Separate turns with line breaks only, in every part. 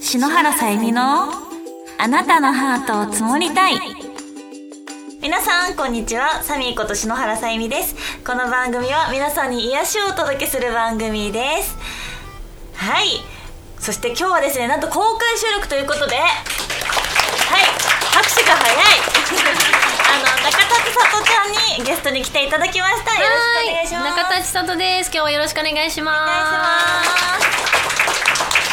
篠原さゆみのあなたのハートを積もりたい皆さんこんにちはサミーこと篠原さゆみですこの番組は皆さんに癒しをお届けする番組ですはいそして今日はですねなんと公開収録ということではい拍手が早い あの中田千里ちゃんにゲストに来ていただきましたよろしくお願いします
中田千里です今日はよろしくお願いします
お願いします。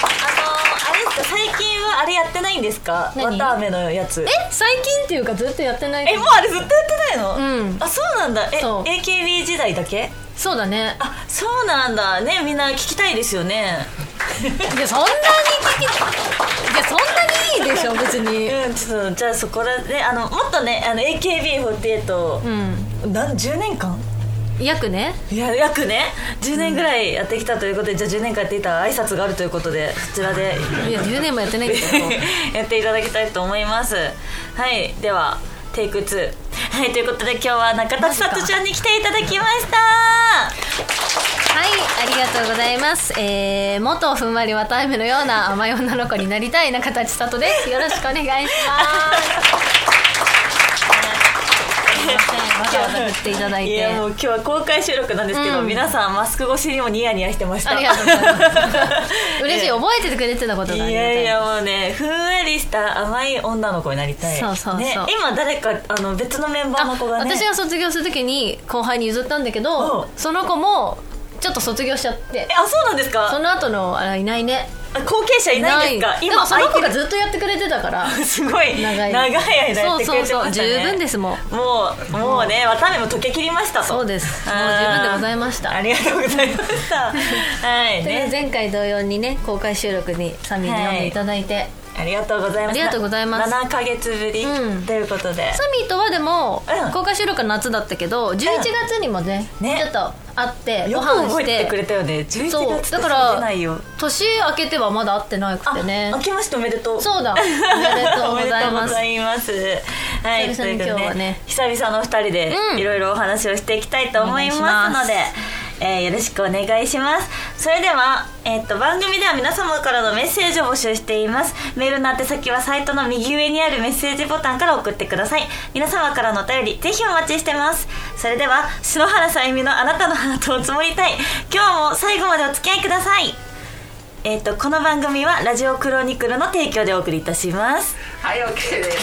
あの、あれですか、最近はあれやってないんですか。
何
綿あめのやつ。
え最近っていうかずっとやってない
え、もうあれずっとやってないの。
うん
あ、そうなんだ。え、
そう
AKB 時代だけ。
そうだね
あ、そうなんだ。ね、みんな聞きたいですよね。
いやそんなに聞きいやそんなにいいでしょ別 に
うん、ちょっと、じゃあ、そこらで、あの、もっとね、あの、AKB48 を。
うん
なん、10年間。
約ね
いや約ね10年ぐらいやってきたということで、じゃあ10年間やっていた挨拶があるということでそちらで
いや10年もやってない けど
やっていただきたいと思いますはいではテイク2はいということで今日は中田千里ちゃんに来ていただきました
はいありがとうございますえー、元ふんわりわたあめのような甘い女の子になりたい中田千里ですよろしくお願 いしますすいませんわざわざ振っていただい
い
て
やもう今日は公開収録なんですけど、
うん
皆さんマスク越しにもニヤニヤしてました
ありがとうござい ます嬉しい覚えててくれてたことがありがたい
やいやもうねふんわりした甘い女の子になりたい
そうそうそう
ね、今誰かあの別のメンバーの子がね
あ私が卒業するときに後輩に譲ったんだけ
う
ど
ん
その子もちょっと卒業しちゃって
えあそうなんです
そ
か
の後のあらいないね
あ後継者いないんですか
でもその子
空
が
いて
ずっとやってくれてたから
る すごい
長
長
い
い間やってくれてましたね
そうそうそう十分ですもん
もうもうね渡辺も溶けきりましたと
そうですもう
あー
十分でございました
ありがとうございました はい
で
ね
前回同様にね公開収録にサミーに読んでいただいて、
ありがとうございます
ありがとうございます
7ヶ月ぶり、
うん
ということで
サミーとはでも、
うん
公開収録は夏だったけど11月にもね,、
ね
ちょっと会ってご
よく
飯
覚え
して
てくれたよね11月って
そうだか
出
ら
ないよ
年明けてはまだ会ってなくてね
あ明けましておめでとう
そ うだおめでとうござい
お
ま
めでと
す
うございますはい、
久
と
々
い
に
うこ
今日
と
は
で
ね
ね久々の2人で
うん
いろいろお話をしていきたいと思い
お願い
ま
し
す
ま
の
す
で、えーよろしくお願いしますそれでは、えーっと番組では皆様からのメッセージを募集していますメールの宛先はサイトの右上にあるメッセージボタンから送ってください皆様からのお便りぜひお待ちしてますそれでは篠原さゆみのあなたのハートを積もりたい今日も最後までお付き合いくださいえーっとこの番組は「ラジオクロニクル」の提供でお送りいたします
はい、OK です。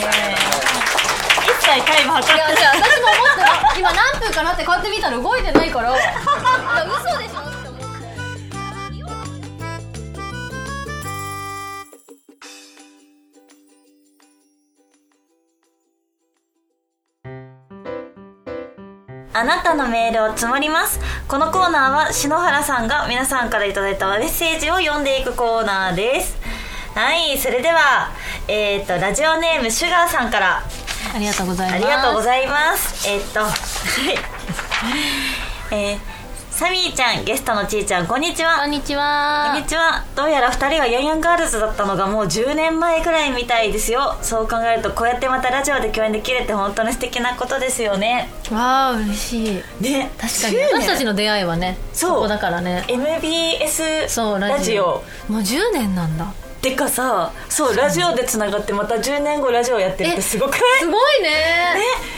一切タイム測
いやじゃあ私も思って今何分かなってこうやって見たら動いてないからいや嘘でしょって思って
あなたのメールを積もりますこのコーナーは篠原さんが皆さんからいただいたメッセージを読んでいくコーナーですはいそれではえっ、とラジオネームシュガーさんから
ありがとうござい
あ
ま
り
す
がとうご
い
ざいますえっ、とはいえーサミーちゃんゲストのちーちゃんこんにちは
こんにち
こん
は
にちはどうやら2人がヤンヤンガールズだったのがもう10年前くらいみたいですよそう考えるとこうやってまたラジオで共演できるって本当に素敵なことですよね
わあ嬉しい
ね
確かに私たち
の
の出会いはね
そう
こだからね
MBS
そう
ラジオ
もう10年なんだ
てかさそうラジオでつながってまた10年後ラジオやってるってすごくない
すごいね
ね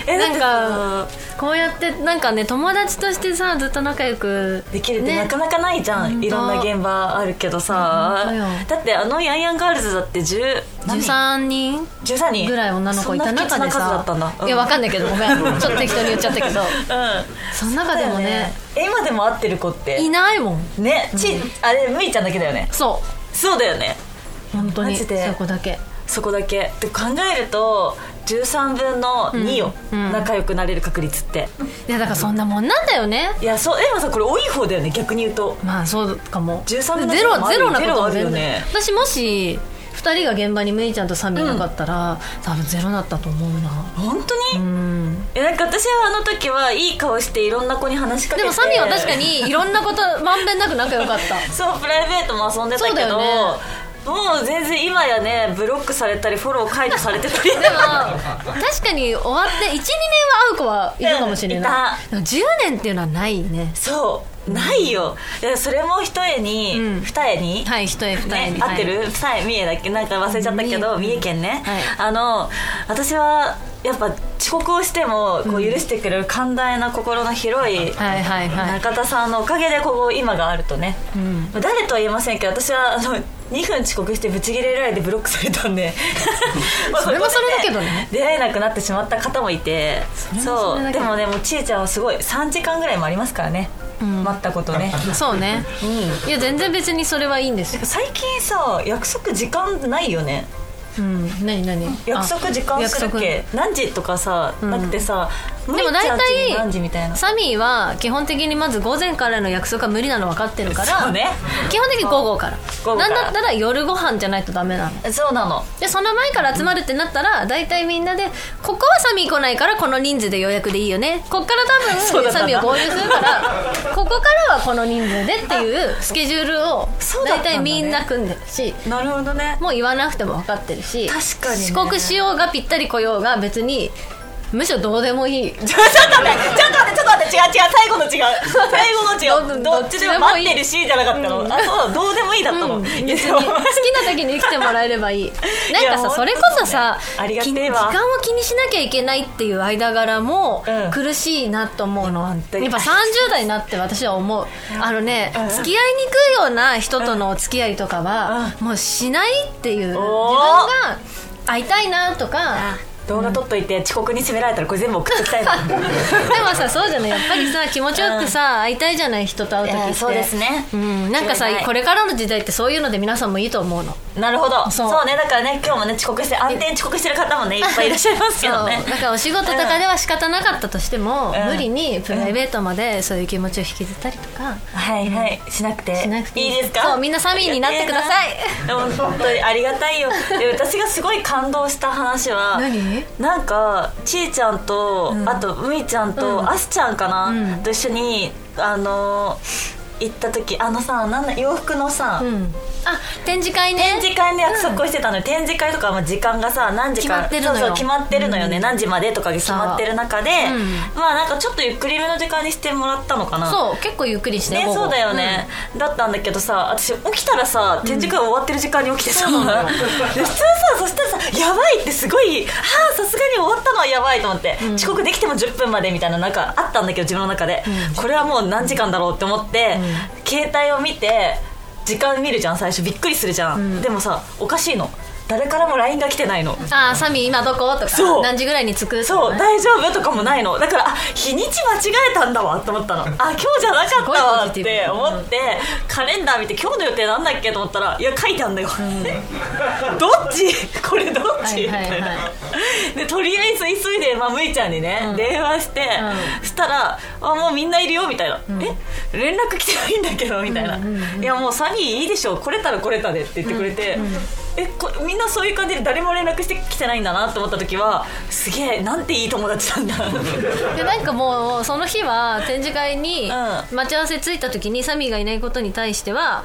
え
なん
だ
か
って
こうやってなんかね友達としてさずっと仲良く
できるって
ね
なかなかないじゃん、
本当
いろんな現場あるけど
本
さ
当よ
だってあのヤンヤンガールズだって10何人
13人
13人
ぐらい女の子いた中で
そんな不吉な数だ
さ
ったんだ、うん
いやわかんないけどごめんちょっと適当に言っちゃったけど
うん
その中でもね
そうだよ今でも会ってる子って
いないもん
ねち、あれむいちゃんだけだよね
そ
そうだよね
う本当に
マ
そ
ジで
こだけ
そこだけで考えると13分の2よ、
うん
仲良くなれる確率って
いやだからそんなもんなんだよね
いやそうでもさこれ多い方だよね逆に言うと
まあそうかも
13分の
ゼ
ゼロも
ロ
ある
ゼロなことは
ゼロあるよ
全然
ね
私もし2人が現場にむいちゃんとサミいなかったら多分ゼロだったと思うな
本当
う
に、
ん
えなんか私はあの時はいい顔していろんな子に話しかけて
でもサミは確かにいろんなことまんべんなく仲良かった
そうプライベートも遊んでたけど
そうだよね
もう全然今やねブロックされたりフォロー解除されてたり
でも確かに終わって12年は会う子はいるかもしれない,、
うんいた
10年っていうのはないね
そないよいやそれも一重に、
うん
二重に、
はい一重二重
ね
に、、
合って
はい
る、さえ三重だっけなんか忘れちゃったけど
三
三
重
重県ね、
はい
あの私はやっぱ遅刻をしてもこう許してくれる寛大な心の広い
はいはいはい
中田さんのおかげでこう今があるとね、
うん
誰とは言えませんけど私はあの2分遅刻してブチギレられてブロックされたん でまあ
それも
こで
それだけどね
出会えなくなってしまった方もいて
れもそれだけ
で
ど
もねもうちえちゃんはすごい3時間ぐらいもありますからね、
うん
待ったこと ね
そうね、
う
いや全然別にそれはいいんですよ、
最近さ約束時間ないよね
うん、何何
約束時
あ
間するっ
約束
け何時とかさ、
ん
なくてさ
でも大
毎日
体
何時みたいな
サミーは基本的にまず午前からの約束は無理なの分かってるから
そうね
基本的に午後から
午後から
なんだったら夜ご飯じゃないとダメなの
そうなの
でその前から集まるってなったら大体みんなで「ここはサミー来ないからこの人数で予約でいいよね」こっから多
そうだ
分
った
サ
んだ
ミーを合流するからここからはこの人数でっていうスケジュールを
そうだった
大
んだね
体みんな組んでるし
なるほどね
もう言わなくても分かってるし
確かにね
遅刻しようがぴったり来ようが別にむしろどうでもい い
ちょっと待って、ちょっと待って、ちょっと待って、違う違う、最後の違う。最後の違う。
ど
ど
ど
っ
っ
ち
ち
でも
でも
待
い
っ
い
てるし、じゃなかったの。あ、そうだ、どうでもいいだったの。
うん別
い
に
や
好
でも
きな時に来てもらえればいいなんか
いや
さ
本当
それこそさ
そうねありがて
き時
えわ
間を気にしなきゃいけないっていう間柄も
うん
苦しいなと思うの、やっぱ
当に
30代になって私は思うあのね、
うん
付き合いにくいような人とのお付き合いとかは、もうしないっていう自分
おー
が会いたいなとか
あ 動画撮っといて、遅刻に責められたら、これ全部送ってきた いな。
でもさそうじゃないやっぱりさ気持ちよくさ、会いたいじゃない人と会う時って、
ね
うん、なんかさ
間違いない
これからの時代ってそういうので皆さんもいいと思うの
なるほど。
そ
そううね、だからね、今日もね、遅刻して、暗転遅刻してる方もね、いっぱいいらっしゃいますけどね
そう。だからお仕事とかでは仕方なかったとしても、
うん
無理にプライベートまでそういう気持ちを引きずったりとか、
はいはい、しなくて
しなくてい
い
い
いですか
そうみんなサミーになってください
でも本当にありがたいよで私がすごい感動した話は
何
なんかちーちゃんと、
うん
あとむいちゃん
うん
とあす、ちゃんかな、
うん
と一緒にあの行った時あのさなんだ洋服のさ、
うん、あ展示会ね
展示会の約束をしてたのに、展示会とかはまあ時間がさ何時から
決まってるのよ
そうそう決まってるのよね、何時までとかが決まってる中で、
ううん
まあなんかちょっとゆっくりめの時間にしてもらったのかな
そう結構ゆっくりして
ね、
午後
そうだよね、だったんだけどさ私起きたらさ展示会終わってる時間に起きてさ、で普通さそしたらさ「やばい」ってすごい「はあさすがに終わったのはやばい」と思って、遅刻できても10分までみたいななんかあったんだけど自分の中で、これはもう何時間だろうって思って、携帯を見て時間見るじゃん最初びっくりするじゃん、でもさおかしいの誰からも LINE が来てないの
あーサミー今どこと
そ
か
う
何時ぐらいに着く
そう
とかね
大丈夫とかもないのだからあ日にち間違えたんだわと思 ったのあ今日じゃなかったわっ
すごいポジテ
て
ィブ
思ってカレンダー見て今日の予定なんだっけと思ったらいや書いてあんだよ、 どっちこれどっち、
はいはいはい
みたいなでとりあえず急いで、まあ、むいちゃんにね、電話して、
う
したらあもうみんないるよみたいな、え連絡来てないんだけどみたいな、いやもうサニーいいでしょ来れたら来れたでって言ってくれて、えこみんなそういう感じで誰も連絡してきてないんだなと思った時はすげえなんていい友達なんだ
でなんかもうその日は展示会に
う
待ち合わせついた時にサミーがいないことに対しては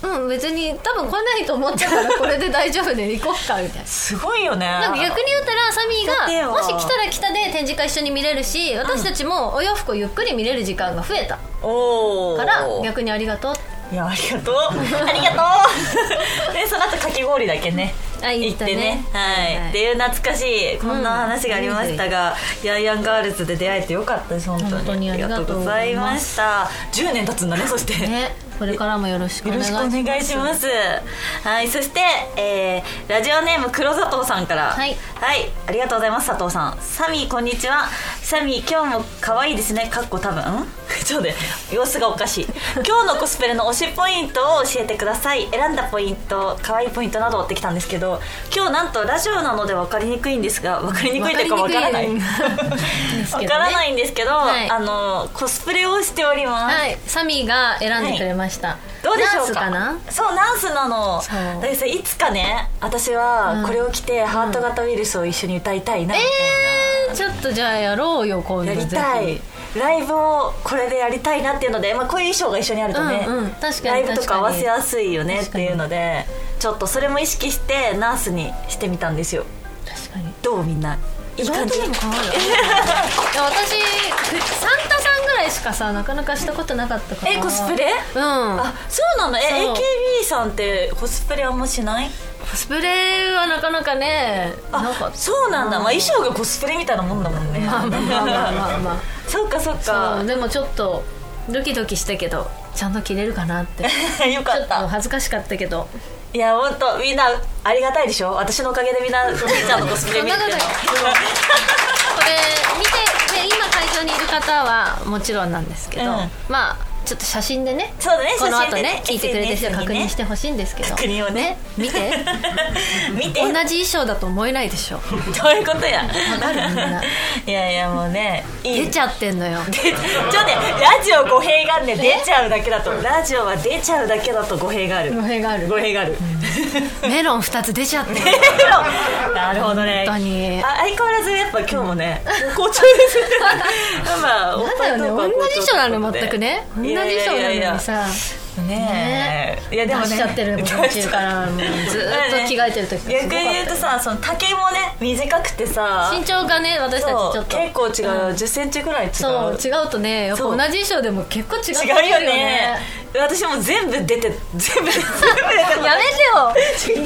うん、別に多分来ないと思ったからこれで大丈夫で行こっかみたいな
すごいよね
なんか逆に言ったらサミ
だって
ーが
よ
もし来たら来たで展示会一緒に見れるし私たちもお洋服をゆっくり見れる時間が増えた
おお
から逆にありがとう
いやあり がとうありがと うでその後かき氷だけね
あ行ったね
はい、
はい
っていう懐かしいこんな話がありましたが、ヤンヤンガールズで出会えてよかったです本当に
本当にありがとうございます
ありがとうございました10年経つんだねそして、
ねこれからもよろしくお
よ
願
ろ
い
し
し
くお
ます
願いします。はい、そして、えーラジオネーム黒佐藤さんから。
はい
はいありがとうございます、佐藤さん。サミー、こんにちは。サミー、今日も可愛いですね。かっこ多分。ん ちょっとね、様子がおか しい。今日のコスプレの推しポイントを教えてください。選んだポイント、可愛いポイントなどってきたんですけど、今日なんとラジオなので分かりにくいんですが、分かりにくいというか分からない。
分
分
か けどね
からないんですけど、
はい
あの、コスプレをしております。
はいサミーが選んでくれました
どうでしょうか
ダンスか
そうナンスなの
そう
だからさいつかね私
うん
はこれを着て、ハート型ウイルスを一緒に歌いたいな、
なえーちょっとじゃあやろうよ今度
やりた
ぜ
いライブをこれでやりたいなっていうので、まあ、こういう衣装が一緒にあるとね、
うんうん確かに
ライブと
確か
か
に
合わせやすいよねっていうのでちょっとそれも意識してナースにしてみたんですよ
ひ確かに
どうみんないい感じ
どうでも可愛いいや私サンタさんぐらいしかさなかなかしたことなかったから
えコスプレ
うん
あそうなのえ
そう
AKB さんってコスプレあんましない
コスプレはなかなかねなか
あ
った
そうなんだまあ衣装がコスプレみたいなもんだもんね
まあまあまあまあまあ、まあ
そっかそっ
そう
か
でもちょっとドキドキしたけどちゃんと着れるかなって
よかっ
ちょっと
た
恥ずかしかったけど
いや本当みんなありがたいでしょ私のおかげでみんなおじいちゃんのコスプレ見れてるの
そんなことないこれ見て、ね、今会場にいる方はもちろんなんですけど、
うん
まあちょっと写真でね
そうだね
こ
写
の後
真で
ね聞いてくれてる人は確認してほしいんですけど
確認をね
見て
見て
同じ衣装だと思えない でしょ
どういうことや
かるみんない
やいやもうねいい
出ちゃってんのよ
ちょっとねラジオ語弊があるね出ちゃうだけだとラジオは出ちゃうだけだと語弊がある
語弊がある
語弊がある、
メロン2つ出ちゃってる
なるほどね
本当に
あ相変わらずやっぱ今日もね好調ですねまあおっぱい
なんだ
トー
よ
クは
ね
好調
同じ衣装なの全くね同
い
じ
や
衣
いやいや
装
いや
なのにさ
ねえいや
出しちゃってるのも
出し
途中からもうずーっと着替えてる時とかすご
逆
かっ
に言うと
たよ
さその丈もね短くてさ
身長がね私たちちょっ
そう
と
結構違う、10センチぐらい違う
そう違うとねやっぱ
そ
同
う
じ衣装でも結構違
違
う
うよね私も全部出て全部全部出て
やめてよ
違う
自分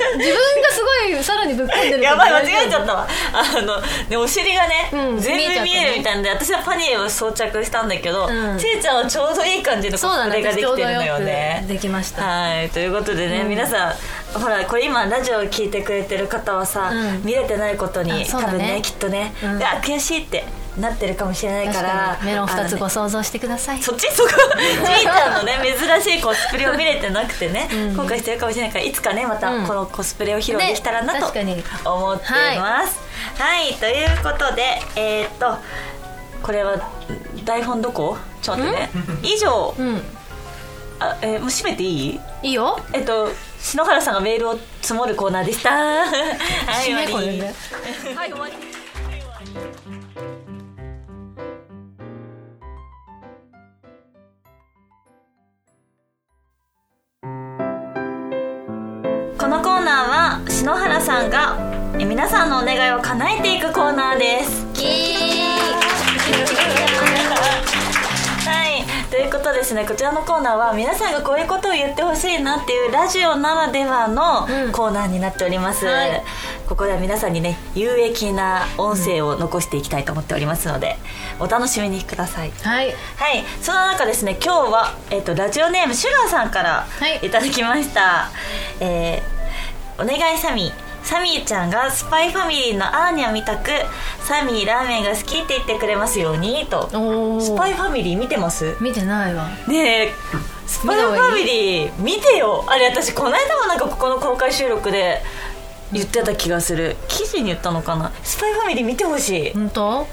がすごいさらにぶっ込んでる
やばい間違えちゃったわあのでお尻がね、
うん
全部見
見えちゃって
え
ね
るみたいなんで私はパニエを装着したんだけど、
うん
ちいちゃんはちょうどいい感じのコ
そうだ
スプレ
ね
ができてるの
ち
よ
ょうどよ
ね
くできました
はいということでね、皆さんほらこれ今ラジオを聞いてくれてる方はさ、
うん
見れてないことに、
あそう
多
だね
分ねきっとね、
うん
うわ悔しいってなってるかもしれない
確
から
かにメロン2
あの
つ
ね
ご想像してください
そっちそこじいちゃんのね珍しいコスプレを見れてなくてね、後悔してるかもしれないからいつかねま
うん
たこのコスプレを披露できたらな
ね
と
確かに
思っています、はい、ということでえーっとこれは台本どこちょっと待ってね以上
うん
あ、えーもう閉めていい
いいよ
えっと篠原さんがメールを積もるコーナーで したはい終
締
わ
め
り
これね
はい終わりこのコーナーは篠原さんがえ皆さんのお願いを叶えていくコーナーです
キ
はい、ということですねこちらのコーナーは皆さんがこういうことを言ってほしいなっていうラジオならでは
うん
のコーナーになっております、
はい
ここでは皆さんにね有益な音声を残していきたいと思っておりますので、お楽しみにください
はい
はい、その中ですね今日は、えっとラジオネームシュガーさんから
はい
いただきました、えーお願いサミーサミーちゃんがスパイファミリーのアーニャみたくサミーラーメンが好きって言ってくれますようにと
おー
スパイファミリー見てます
見てないわ
ねえスパイファミリー見てよあれ私この間もなんかここの公開収録で言ってた気がする記事に言ったのかなスパイファミリー見てほしい、うん、
本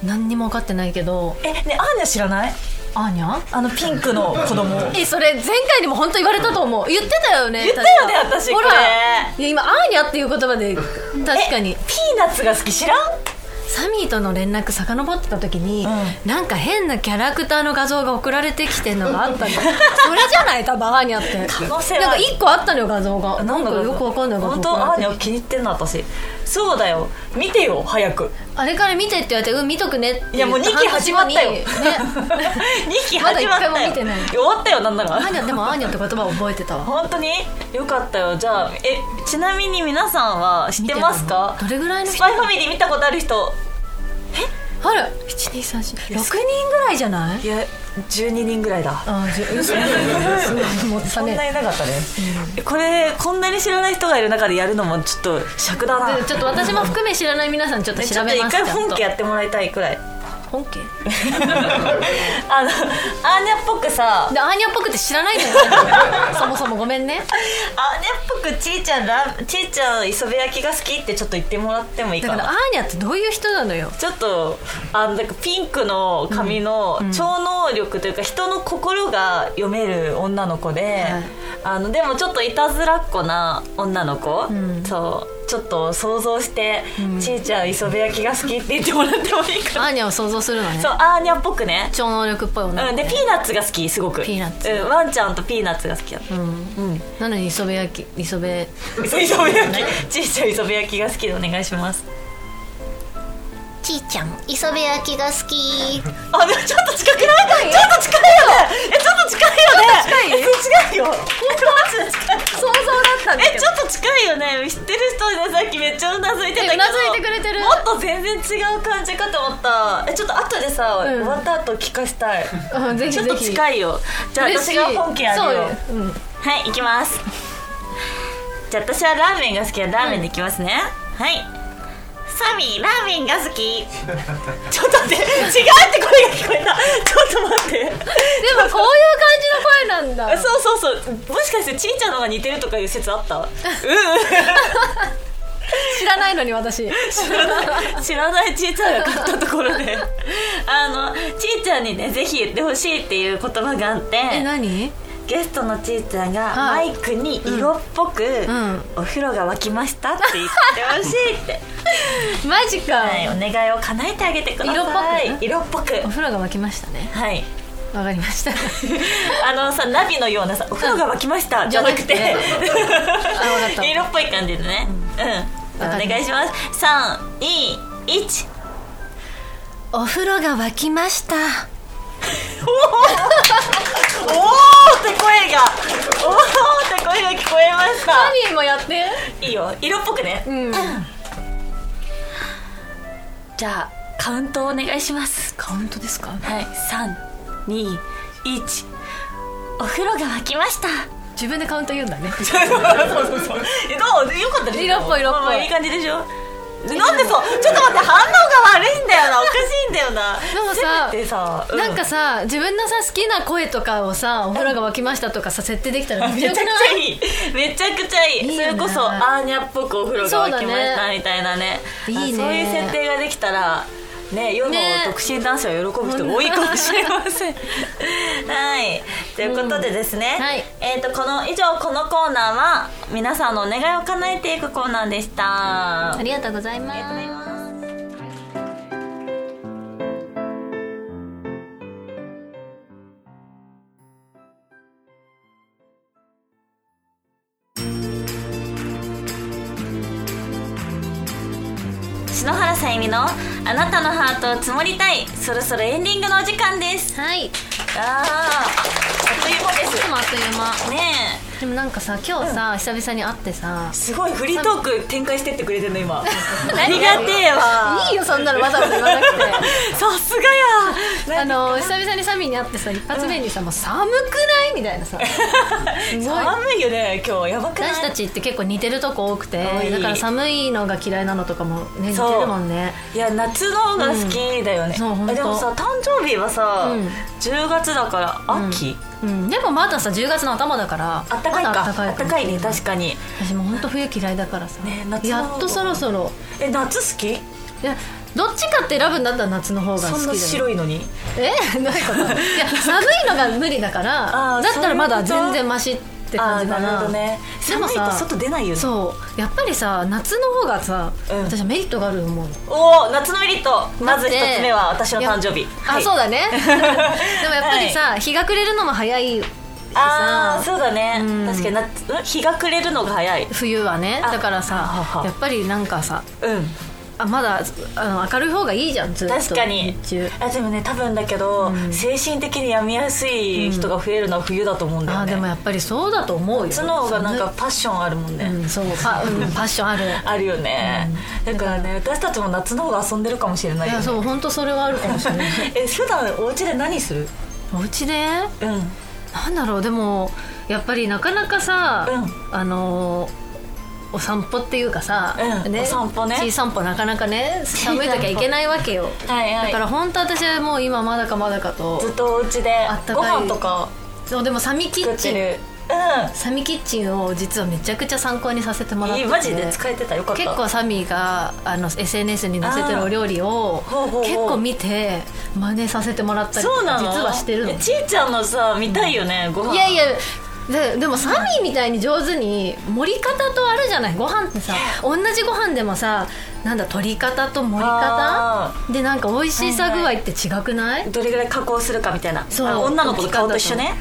当何にも分かってないけど
えねえアーニャ知らない
アーニャ
あのピンクの子供
えそれ前回にも本当言われたと思う言ってたよね
言ったよね
確か
私
ほら
これ
いや今「アーニャ」っていう言葉で確かに
えピーナッツが好き知らん
サミーとの連絡遡ってた時に、
う
なんか変なキャラクターの画像が送られてきてんのが あったのそれじゃない多分アーニャって
可能性は
なん
あ
か
る
1個あったのよ画像がなんかよくわかんない画像
本
送
当
ら
アー
れ
ニ
て
ャ気に入ってんの私そうだよ見てよ早く
あれから見てって言われて「うん見とくね」って
いやもう2期始まったよ、
ね
2期
まだ
始
一
まった
回
よ、
も見てない
終わったよなんだ
ア
か
ーニャでもアーニャって言葉を覚えてたわ
本当によかったよじゃあえちなみに皆さんは知ってますか
見てるのどれぐらいの
ス
人
パイファミリー見たことある人
あら12346人ぐらいじゃない
いや12人ぐらいだ
ああ、じゃ、嘘。もった
そん
ね。
ないなかったね、えこれこんなに知らない人がいる中でやるのもちょっと尺だな
でちょっと私も含め知らない皆さんちょっと
ねちょ
調
っと
べ
一
ます。
回本家
ちゃん
やってもらいたいくら い
と本家。
あのアーニャっぽくさ
で、アーニャっぽくて知らな いんだよ。そもそもごめんね。
アーニャっぽくちいちゃんラちいちゃん磯辺焼きが好きってちょっと言ってもらってもいい
だか
から
アー
な
ニャってどういう人なのよ。
ちょっとあのなんかピンクの髪の超能力というか人の心が読める女の子で、
はい
あのでもちょっといたずらっ子な女の子、
ん
そうちょっと想像して、ちいちゃん磯辺焼きが好きって言ってもらってもいい か
ア
な
ーニャを想像するのね
そ。うアーニャっぽくね
超能力っぽい女
う
の
ん、
子
でピーナッツが好きすごく
ピーナッツ
うん、ワンちゃんとピーナッツが好きだった
うん。
うん
なのに磯辺焼き、磯辺。
磯辺焼きちいちゃん磯辺焼きが好きでお願いします
ちいちゃん磯辺焼きが好き
あでもちょっと近くないちょっと近いよねえちょっと近いよね近いよマジで近い
想像だったんだけど
えちょっと近いよね知ってる人ねさっきめっちゃうなずいてたけど
えうなずいてくれてる
もっと全然違う感じかと思ったえちょっと後でさ、
ん
終わった後聞かしたい
うん ぜひ
ち
ぜ
ょっ
ひ
と近いよじゃあ
嬉し
私
い
が本家あげよう
そううん
はい行きますじゃあ私はラーメンが好きなラーメンでいきますね、はいサミーラーメンが好 きちょっと待って違うって声が聞こえたちょっと待って
でもこういう感じの声 なんだ
あそうそうそうもしかしてちいちゃんの方が似てるとかいう説あった
知らないのに
知
私
らない知らないちいちゃんが買ったところであのちいちゃんにねぜひ言ってほしいっていう言葉があって
え何
ゲストのちいちゃんがマ
はい
イクに色っぽく
ん
「お風呂が沸きました」って言ってほしいって、
マジか、
はい、お願いを叶えてあげてください色っぽく
お風呂が沸きましたね
はい
わかりました
あのさナビのようなさ「お風呂が沸きました」じゃなくて
じゃなあ分かった
色っぽい感じでねうん、
わかりま
お願
した
いします321
お風呂が沸きました
おーって声がおーって声が聞こえました
何もやって
いいよ色っぽくね
うん
じゃあカウントお願いします
カウントですか
はい321お風呂が沸きました
自分でカウント言うん だね
え どうよかったでしょ
色っぽい色っ
ま
ぽい
あまあいい感じでしょなんでそうちょっと待って反応が悪いんだよなおかしいんだよな
でもさ
せめてさう
なんかさ自分のさ好きな声とかをさお風呂が沸きましたとかさ設定できたら
め
め
ちゃ
ちゃ
く
く
ち
ち
ゃ
ゃ
いいめちゃくちゃいい
いい
そ
よね
れこそアーニャっぽくお風呂が沸きまし
そうだ
た
ね
みたいなね
いいね
あそういう設定ができたらね世の
ね
独身男性は喜ぶ人が多いかもしれません はいということでですね、
うんはい
えっ、とこの以上このコーナーは皆さんのお願いを叶えていくコーナーでした
ありがとうございま
ありがとうござい
す
ます篠原さゆみのあなたのハートを積もりたいそろそろエンディングのお時間です
はいい
あああっという間で
つもあっという間
すね
でもなんかさ今日さ、久々に会ってさ
えすごいフリートーク展開してってくれてるの今ありがてえわ
いいよそんなのわざわざ言わなくて
さすがや
あの久々にサミーに会ってさ一発目にさ、もう寒くないみたいな さすごい
寒いよね今日やばくない
私たちって結構似てるとこ多くて
多い
だから寒いのが嫌いなのとかもね似て
そう
るもんね
いや夏の方が好きだよね、
うんそうほんと
あでもさ誕生日はさ、
うん
10月だから秋、
うん、でもまださ10月の頭だから
あったかいか、
まだ
あったかいね確かに
私も本当冬嫌いだからさ、
ね夏の
やっとそろそろ
え夏好き
いやどっちかって選ぶんだったら夏の方が好きだ
そ
よ
んな白いのに
え どういうこといや寒いのが無理だから
あー
だったらまだ
そういうこと
全然マシって
あ
感
ー
じか
な
な
るほどね
で
寒
も
い
さ
と外出ないよね
そうやっぱりさ夏の方がさ、
うん
私はメリットがあると思うの
おお夏のメリットまず一
だって
つ目は私の
いや
誕生日
あそう
だ
だね でもやっぱりさ、日が暮れるのも早い
あーそうだね、
うん
確かに夏うん日が暮れるのが早い
冬はね
あ
だから
はは
さやっぱりなんかさ
うん
あまだあの明るい方がいいじゃんずっと
確かに
日中
あでもね多分だけど、精神的に病みやすい人が増えるのは冬だと思うんだ
あ
よ
ー
ね、
でもやっぱりそうだと思うよ
その方がなんかパッションあるもんね、
寒 いうんそうパ,、うん、パッションある
あるよね、だからね私たちも夏の方が遊んでるかもしれないいよ
や
ね
そう本当それはあるかもしれない
え普段お家で何する
お家で
うんうん
なんだろうでもやっぱりなかなかさ、
う
あのーお散歩っていうかさ、
うんお散歩ね
小散歩なかなかね寒い時はいけないわけよ
はいはい
だから本当私はもう今まだかまだかと
ずっとお家で
あった
ご
かい
飯とか
そうでもサミキ
作
ッ
っ
チ
て
ン
る
サミキッチンを実はめちゃくちゃ参考にさせても
う
ら
ん
っ
い
て
い
て
マジで使えてたよかった
結構サミーがあの SNS に載せてるお料理を
ほうほうほう
結構見て真似させてもらったりと
そう
か
なの
実はしてるの
えちいちゃんのさ見たいよね、ご飯
いやいやででもサミーみたいに上手に盛り方とあるじゃないご飯ってさ同じご飯でもさなんだ取り方と盛り
あ
方でなんか美味しさ具合って違くない、
どれぐらい加工するかみたいな
そう
あ女の子と顔と一緒ね、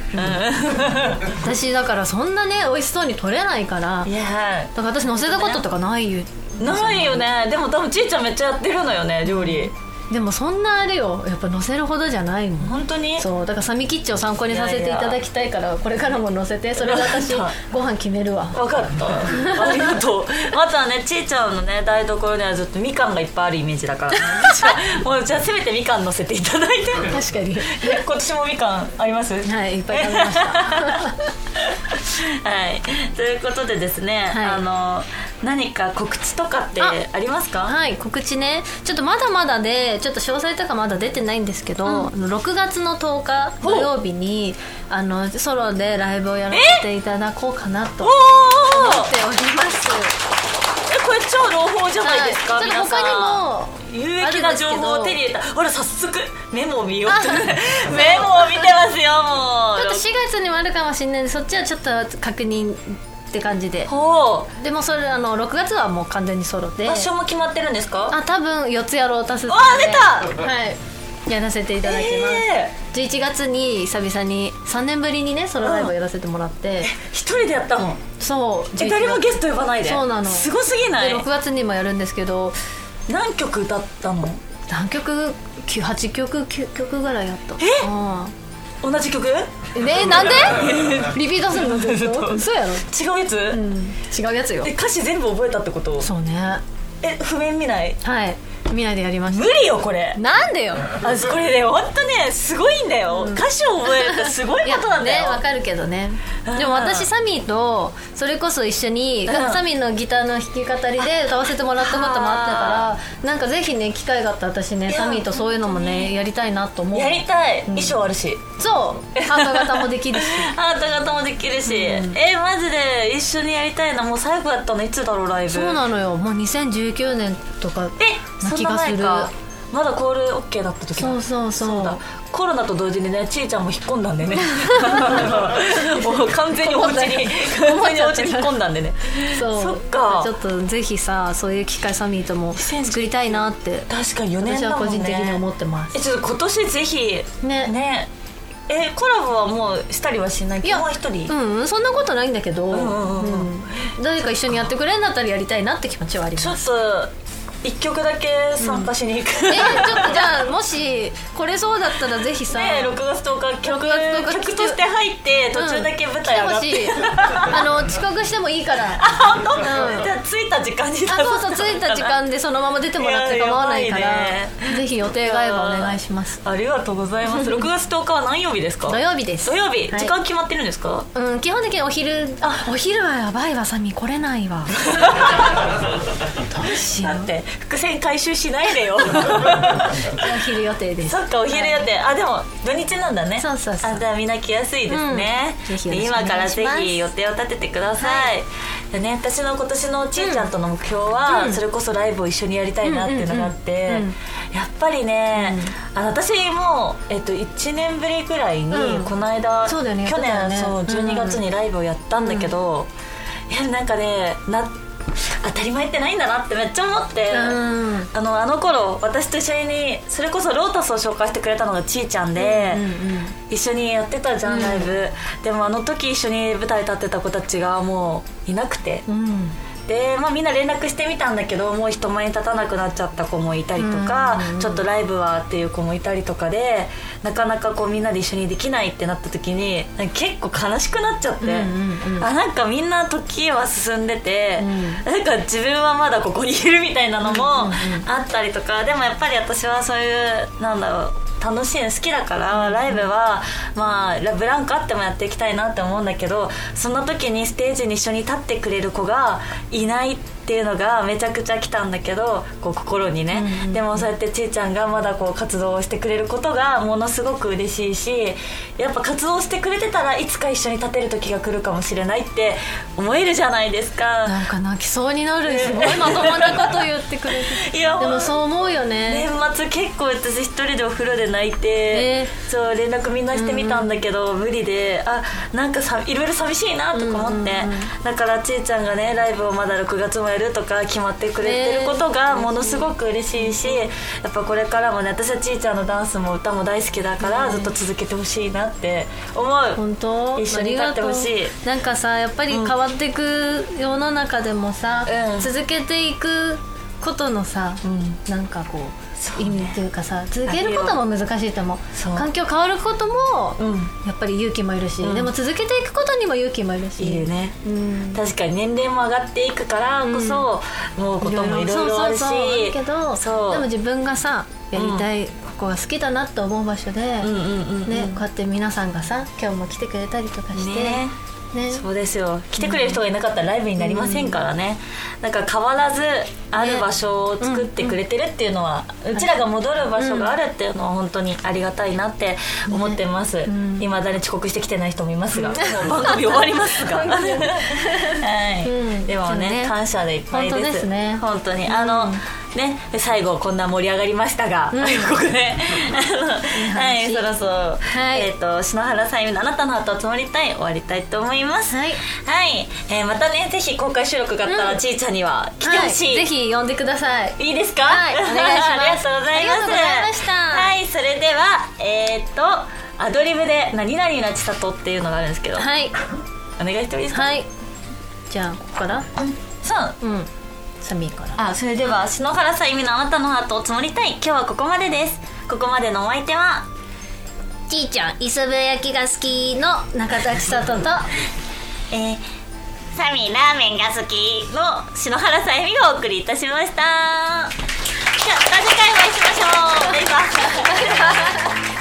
私だからそんなね美味しそうに取れないから
うん、いや
だから私乗せたこととかないよ
ないよねでも多分ちいちゃんめっちゃやってるのよね料理
でもそんなあれよやっぱ載せるほどじゃないもん
本当に
そうだからサミキッチを参考にさせていただきたいからこれからも載せてそれで私
わかっ
ご飯決めるわ
分かったありがとうあとはねちーちゃんのね台所にはずっとみかんがいっぱいあるイメージだから、ね、 じゃあもうじゃあせめてみかん乗せていただいて
確かに
え今年もみかんあります
はいいっぱい食 べました
はいということでですね、
はい
あの何か告知とかって
あ
ありますか
はい告知ねちょっとまだまだでちょっと詳細とかまだ出てないんですけど、6月の10日土曜日にあのソロでライブをやらせていただこうかなと
お
思
お
っております
えこれ超朗報じゃないですか、
はいちょ
皆
っ
さ
と
ん
他にも
有益な情報を手に入れたほら早速メモを見ようと
あ
メモを見てますよもう
ちょっと4月にもあるかもしれないんでそっちはちょっと確認って感じで
ほう
でもそれあの6月はもう完全にソロで
場所も決まってるんですか
あ多分四つやろう足す
わあ出た
はいやらせていただきます、
え
11月に久々に3年ぶりにねソロライブをやらせてもらっ
ー
て
一人でやったもん
そう
え
11
誰もゲスト呼ばないで
そうなの
すごすぎない
で6月にもやるんですけど
何曲歌ったの
何曲8曲9曲ぐらいやった
え同じ曲違
えねなんで リピートするのずっと嘘やろ、
うやつ、
うん、違うやつよ
え歌詞全部覚えたってこと
そうね
え譜面見ない
はい見ないでやりまし
無理よこれ
たなんでよ
あこれね本当ねすごいんだよ、歌詞を覚えるってすごい ことなんだ
ね
よ、
わかるけどね
うん
でも私サミーとそれこそ一緒に、
うん
サミーのギターの弾き語りで歌わせてもらったこともあったからなんかぜひね機会があったら私ね
や
サミーとそういうのもねやりたいなと思う
やりたい、衣装あるし
そうハート型もできるし
ハート型もできるし、えマジで一緒にやりたいなもう最後やったのいつだ ろうライブ
そうなのよもう2019年とか
え
な
そん
気
な
がす
前
る
かまだコール OK だった時だ
そうそうそう
そうだコロナと同時にねちーちゃんも引っ込んだんで ね もう完全にお家に完全にお家に引っ込んだんでね
そう
そっか
ちょっとぜひさそういう機会サミーとも作りたいなって
確かに4年
私
だ
は
もん
個
ね
人的に思ってます
えちょっと今年ぜひね
ね
えコラボはもうしたりはしない
いや
もう一人、
うんうんそんなことないんだけど、
んうんうんうん
うん誰か一緒にやってくれんだったらやりたいなって気持ちはあり
ち
ます
ょっと1曲だけ参加しに行く、
えー、ちょっとじゃあもし来れそうだったらぜひさ、
ね、6月10日曲
6月10日
曲として入って途中だけ舞台上がって、
うん来てほしいあの遅刻してもいいから
あ本当、
うん
じゃあ着いた時間に
あそうそう着いた時間でそのまま出てもらって構わないか
いや
ら
や
ぜひ予定が合えばお願いします
ありがとうございます6月10日は何曜日ですか
土曜日です
土曜日、
はい
時間決まってるんですか
うん、基本的にお昼あお昼はやばいわサミ来れな いわどうしよう
だって伏線回収しないで よ
お昼予定です
そっかお昼予定、あでも土日なんだね
そうそうそう
あじゃあみんな来やすいですね、
うんぜひよ
今
ろしくお願いします
からぜひ予定を立ててください、でね、私の今年のちーちゃんとの目標は、
うん
それこそライブを一緒にやりたいなっていうのがあって、
うんうんうんうん
やっぱりね、あの私も、えっと、1年ぶりぐらいに、
うん
この間
そうだよね
去
やっ
年、
てた
そう
よねうん
12月にライブをやったんだけど、いやなんかねな当たり前ってないんだなってめっちゃ思って。
うん
あのあの頃私と一緒にそれこそロータスを紹介してくれたのがちーちゃんで、
うんうん
一緒にやってたじゃん、
うん
ライブでもあの時一緒に舞台立ってた子たちがもういなくて、
うん
で、まあ、みんな連絡してみたんだけどもう人前に立たなくなっちゃった子もいたりとか、
うん
ちょっとライブはっていう子もいたりとかでなかなかこうみんなで一緒にできないってなった時になんか結構悲しくなっちゃって、
うんうんうん
あなんかみんな時は進んでて、
うん
なんか自分はまだここにいるみたいなのも
うんうんうん
あったりとか、でもやっぱり私はそういうなんだろう楽しいの好きだからライブは、まあ、ラブランクあってもやっていきたいなって思うんだけどそんな時にステージに一緒に立ってくれる子がいないっていうのがめちゃくちゃ来たんだけどこう心にね、
うんうん
でもそうやってちーちゃんがまだこう活動をしてくれることがものすごく嬉しいしやっぱ活動してくれてたらいつか一緒に立てる時が来るかもしれないって思えるじゃないですか
なんか泣きそうになるすごいまともなこと言ってくれ
いや
てでもそう思うよね
年末結構私一人でお風呂で泣いて、
ね
そう連絡みんなしてみたんだけど、無理であなんかさいろいろ寂しいなとか思って、
うんうん
だからちーちゃんがねライブをまだ6月もやるとか決まってくれてることがものすごく嬉しいし、やっぱこれからもね私はちーちゃんのダンスも歌も大好きだから、ずっと続けてほしいなって思う、
本当
一緒に立ってほしい
ありがとうなんかさやっぱり変わっていく世の中でもさ、
うん
続けていくことのさ、なんかこう意味っていうかさ続けることも難しいと思う
そう
環境変わることも、
うん
やっぱり勇気もいるし、でも続けていくことにも勇気もいるし
いるね、
うん
確かに年齢も上がっていくからこそ、思うこともいろいろあるし
そうそうそうあるけど
そう
でも自分がさやりたい、ここが好きだなって思う場所で、
うんうんうんうん
ね、こうやって皆さんがさ今日も来てくれたりとかして
ね
ね
そうですよ来てくれる人がいなかったらライブになりませんからね、なんか変わらずある場所を作ってくれてるっていうのは、うちらが戻る場所があるっていうのは本当にありがたいなって思ってますいま、未だに遅刻してきてない人もいます が、もう番組終わります がはい、
うん
でもね
そうね
感謝でいっぱいです
本当ですね
本当にあの、ね、最後こんな盛り上がりましたが、 ここであのはいそろそろ、
はい
えっ、と篠原さゆみのあなたの後を積もりたい終わりたいと思います
はい
はいえーまたねぜひ公開収録があったら、
うん
ちいちゃんには来てほしい、
はい、ぜひ呼んでください
いいですか
はいお願いしま す
ありがとうございます
ありがとうございました
はいそれではえっ、とアドリブで「何々なちさと」っていうのがあるんですけど、
はい
お願いしてもいいですか、
はいじゃあここから
そう
うんサミーから
あそれでは篠原さゆみのあなたのハートを積もりたい今日はここまでですここまでのお相手は
ちいちゃん磯辺焼きが好きの中崎さとと
えー、サミーラーメンが好きの篠原さゆみがお送りいたしましたじゃあまた次回お会いしましょうバイバイ